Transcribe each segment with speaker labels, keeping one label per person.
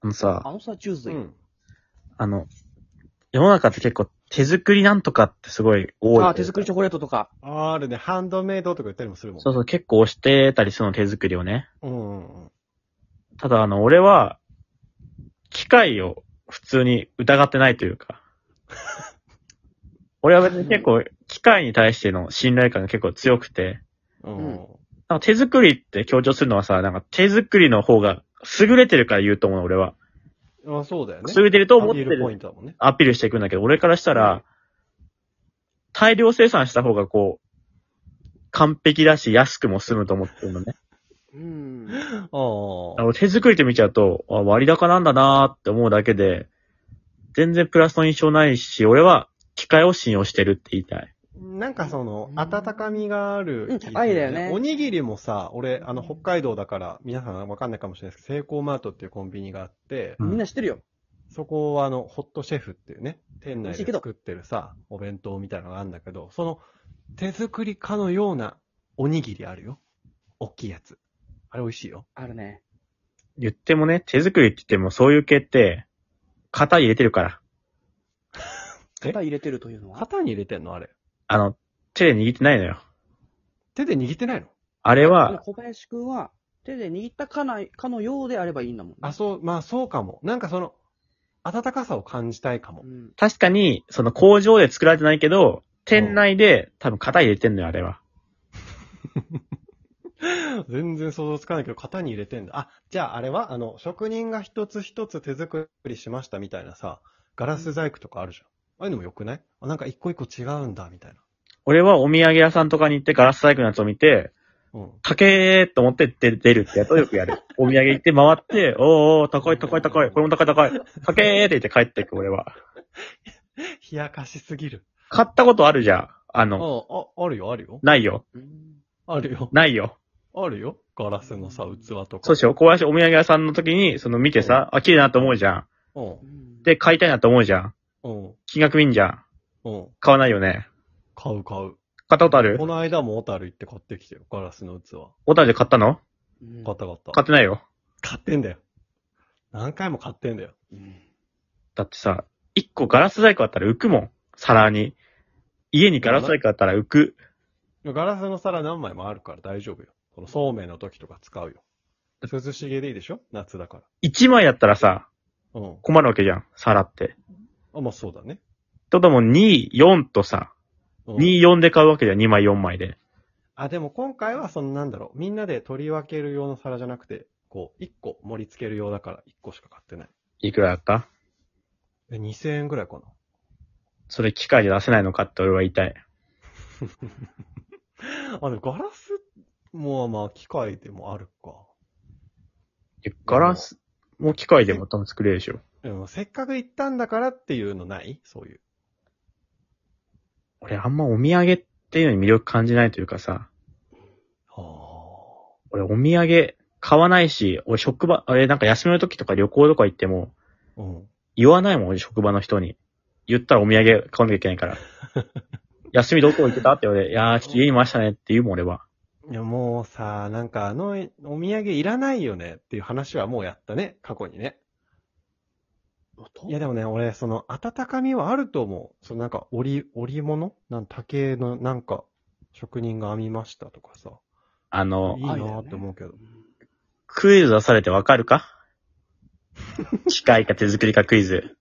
Speaker 1: あのさ、
Speaker 2: あのさ、チューズ
Speaker 3: う
Speaker 2: イ。
Speaker 3: ん。
Speaker 1: あの、世の中って結構手作りなんとかってすごい多いというか。
Speaker 2: あ、手作りチョコレートとか。
Speaker 3: あるね、ハンドメイドとか言ったりもするもん。
Speaker 1: そうそう、結構押してたりするの手作りをね。
Speaker 3: うんうんうん。
Speaker 1: ただあの、俺は、機械を普通に疑ってないという か。俺は別に結構、機械に対しての信頼感が結構強くて、
Speaker 3: うん。
Speaker 1: なんか手作りって強調するのはさ、なんか手作りの方が優れてるから言うと思うの、俺は。
Speaker 3: あ、そうだよね。
Speaker 1: 優れてると思って
Speaker 3: アピールポイ
Speaker 1: る
Speaker 3: ントだもんね。
Speaker 1: アピールしていくんだけど、俺からしたら、大量生産した方がこう、完璧だし安くも済むと思ってるのね。
Speaker 2: うん。
Speaker 1: あ
Speaker 3: ああ。
Speaker 1: の手作りって見ちゃうと、あ割高なんだなーって思うだけで、全然プラスの印象ないし、俺は機械を信用してるって言いたい。
Speaker 3: なんかその
Speaker 2: う、ん
Speaker 3: 温かみがある、
Speaker 2: うん高いだよね
Speaker 3: おにぎりもさ、俺、あの、北海道だから、皆さんわかんないかもしれないですけど、セイコーマートっていうコンビニがあって、
Speaker 1: うん
Speaker 2: みんな知ってるよ。
Speaker 3: そこはあの、ホットシェフっていうね、店
Speaker 2: 美
Speaker 3: 内
Speaker 2: 味しい
Speaker 3: で
Speaker 2: けど
Speaker 3: 作ってるさ、お弁当みたいなのがあるんだけど、その、手作りかのようなおにぎりあるよ。大きいやつ。あれ美味しいよ。
Speaker 2: あるね。
Speaker 1: 言ってもね、手作りって言ってもそういう系って、型入れてるから。
Speaker 3: え
Speaker 2: 肩入れてるというのは。
Speaker 3: 型に入れてんのあれ。
Speaker 1: あの、手で握ってないのよ。
Speaker 3: 手で握ってないの
Speaker 1: あれは、
Speaker 2: 小林くんは、手で握ったかない、かのようであればいいんだもんね。
Speaker 3: あ、そう、まあそうかも。なんかその、温かさを感じたい かも
Speaker 2: う。ん。
Speaker 1: 確かに、その工場で作られてないけど、店内で多分型入れてんのよ、あれは。
Speaker 3: 全然想像つかないけど、型に入れてんだ。あ、じゃああれは、あの、職人が一つ一つ手作りしましたみたいなさ、ガラス細工とかあるじゃん。ああいうのも良くないあ、なんか一個一個違うんだ、みたいな。
Speaker 1: 俺はお土産屋さんとかに行ってガラス細工のやつを見て、
Speaker 3: うん。
Speaker 1: 高えーと思って出出るってやつをよくや る。お土産行って回って、おーおー、高い高い高い、これも高い高い、高えーって言って帰っていく、俺は。
Speaker 3: 冷やかしすぎる。
Speaker 1: 買ったことあるじゃん。あ
Speaker 3: あ
Speaker 1: の、
Speaker 3: あ、あるよ、あるよ。
Speaker 1: ないよ。
Speaker 2: うん
Speaker 3: あるよ。
Speaker 1: ないよ。
Speaker 3: あるよ。ガラスのさ、器とか。
Speaker 1: そうしよう。小林お土産屋さんの時に、その見てさ、あ、綺麗だなと思うじゃん。
Speaker 3: うん。
Speaker 1: で、買いたいなと思うじゃん。
Speaker 3: うん。
Speaker 1: 金額見んじゃん。
Speaker 3: うん。
Speaker 1: 買わないよね。
Speaker 3: 買う買う。
Speaker 1: 買ったことある
Speaker 3: この間も小樽行って買ってきてよ。ガラスの器。
Speaker 1: 小樽で買ったの
Speaker 2: うん
Speaker 3: 買った買った。
Speaker 1: 買ってないよ。
Speaker 3: 買ってんだよ。何回も買ってんだよ。
Speaker 2: うん
Speaker 1: だってさ、一個ガラス細工あったら浮くもん。皿に。家にガラス細工あったら浮く。
Speaker 3: ガラスの皿何枚もあるから大丈夫よ。このそうめんの時とか使うよ。涼しげでいいでしょ夏だか
Speaker 1: 一枚だったらさ、
Speaker 3: ら。うん。
Speaker 1: 困るわけじゃん。皿って。って
Speaker 3: あ、まあそうだね。
Speaker 1: ことはもう2、4とさ、
Speaker 3: うん
Speaker 1: 2、4で買うわけじゃん。2枚、4枚で。
Speaker 3: あ、でも今回はそのなんだろう。みんなで取り分ける用の皿じゃなくて、こう、1個盛り付ける用だから1個しか買ってない。
Speaker 1: いくらだった
Speaker 3: え、2000円ぐらいかな。
Speaker 1: それ機械で出せないのかって俺は言いたい。
Speaker 3: あ、でもガラスもまあ機械でもあるか。
Speaker 1: えガラスも機械でも多分作れるでしょ。
Speaker 3: でもせっかく行ったんだからっていうのないそういう。
Speaker 1: 俺あんまお土産っていうのに魅力感じないというかさ、
Speaker 3: は
Speaker 1: 俺お土産買わないし、俺職場、あれなんか休みの時とか旅行とか行っても、
Speaker 3: あ。うん。
Speaker 1: 言わないもん、俺職場の人に。言ったらお土産買わなきゃいけない から。休みどこ行ってたって言われて、いやー、ちょっと家にいましたねって言うもん、俺は。
Speaker 3: いや、もうさ、なんかあの、お土産いらないよねっていう話はもうやったね、過去にね。いや、でもね、俺、その、温かみはあると思う。そのなんか、織織物なん竹の、なんか、職人が編みましたとかさ。
Speaker 1: あの
Speaker 3: いい、なーって思うけど。
Speaker 1: クイズ出されてわかる か機械か手作りかクイズ。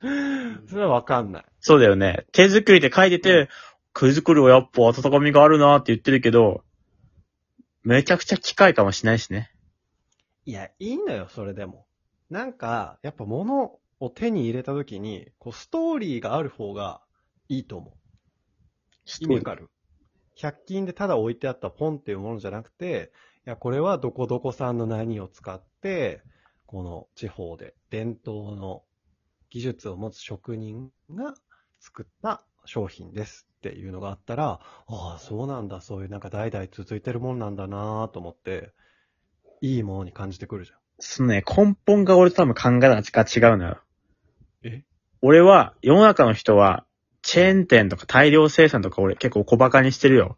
Speaker 3: それはわかんない。
Speaker 1: そうだよね。手作りって書いてて、手作りはやっぱ温かみがあるなーって言ってるけど、めちゃくちゃ機械かもしれないしね。
Speaker 3: いや、いいんだよ、それでも。なんか、やっぱ物を手に入れた時に、こう、ストーリーがある方がいいと思う。意味わかる ?100 均でただ置いてあったポンっていうものじゃなくて、いや、これはどこどこさんの何を使って、この地方で伝統の技術を持つ職人が作った商品ですっていうのがあったら、ああ、そうなんだ、そういうなんか代々続いてるもんなんだなと思って、いいものに感じてくるじゃん。
Speaker 1: そのね、根本が俺と多分考え方が違うのよ。
Speaker 3: え
Speaker 1: 俺は、世の中の人は、チェーン店とか大量生産とか俺結構小馬鹿にしてるよ。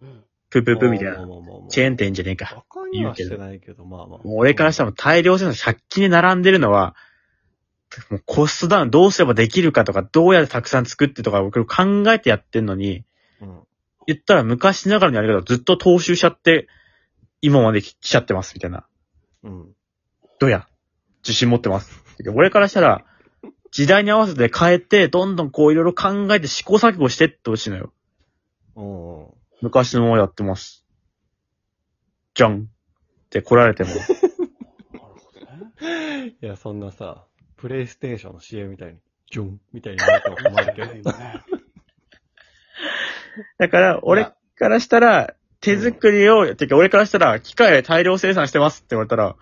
Speaker 2: うん
Speaker 1: プププみたい
Speaker 3: まあ
Speaker 1: な。
Speaker 3: まあまあまあ
Speaker 1: チェーン店じゃねえか。
Speaker 3: バカにはしてないけど、まあまあ。
Speaker 1: もう俺からしたらもう大量生産100均で並んでるのは、もうコストダウンどうすればできるかとか、どうやってたくさん作ってとか、僕考えてやってんのに、
Speaker 3: うん。
Speaker 1: 言ったら昔ながらのやり方をずっと踏襲しちゃって、今まで来ちゃってますみたいな。
Speaker 3: うん。
Speaker 1: どうや自信持ってます。俺からしたら、時代に合わせて変えて、どんどんこういろいろ考えて試行錯誤してってほしいのよ。
Speaker 3: うんうん。
Speaker 1: 昔のものやってます。じゃんって来られても。
Speaker 2: なるほ どね。
Speaker 3: いや、そんなさ、プレイステーションの CM みたいに、ジョンみたいになっても困るけど。
Speaker 2: 今ね
Speaker 1: だから、俺からしたら、手作りを、てか俺からしたら、機械で大量生産してますって言われたら、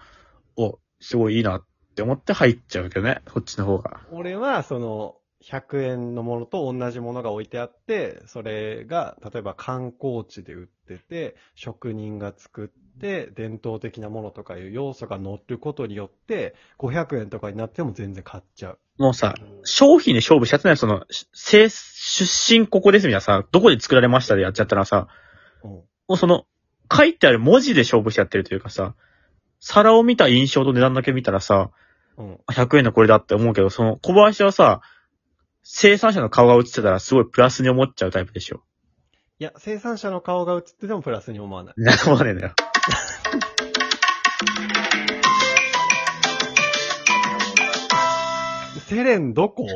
Speaker 1: お、すごいいいなって思って入っちゃうけどね、こっちの方が。
Speaker 3: 俺は、その、100円のものと同じものが置いてあって、それが、例えば観光地で売ってて、職人が作って、伝統的なものとかいう要素が乗ることによって、500円とかになっても全然買っちゃう。
Speaker 1: もうさ、商品で勝負しちゃってない、その、せ出身ここですみたいなさ、どこで作られましたでやっちゃったらさ、
Speaker 3: うん。
Speaker 1: もうその、書いてある文字で勝負しちゃってるというかさ、皿を見た印象と値段だけ見たらさ、
Speaker 3: うん。
Speaker 1: 100円のこれだって思うけど、その小林はさ、生産者の顔が映ってたらすごいプラスに思っちゃうタイプでしょ。
Speaker 3: いや、生産者の顔が映っててもプラスに思わない。
Speaker 1: なんか思わねえんだよ。
Speaker 3: セレンどこ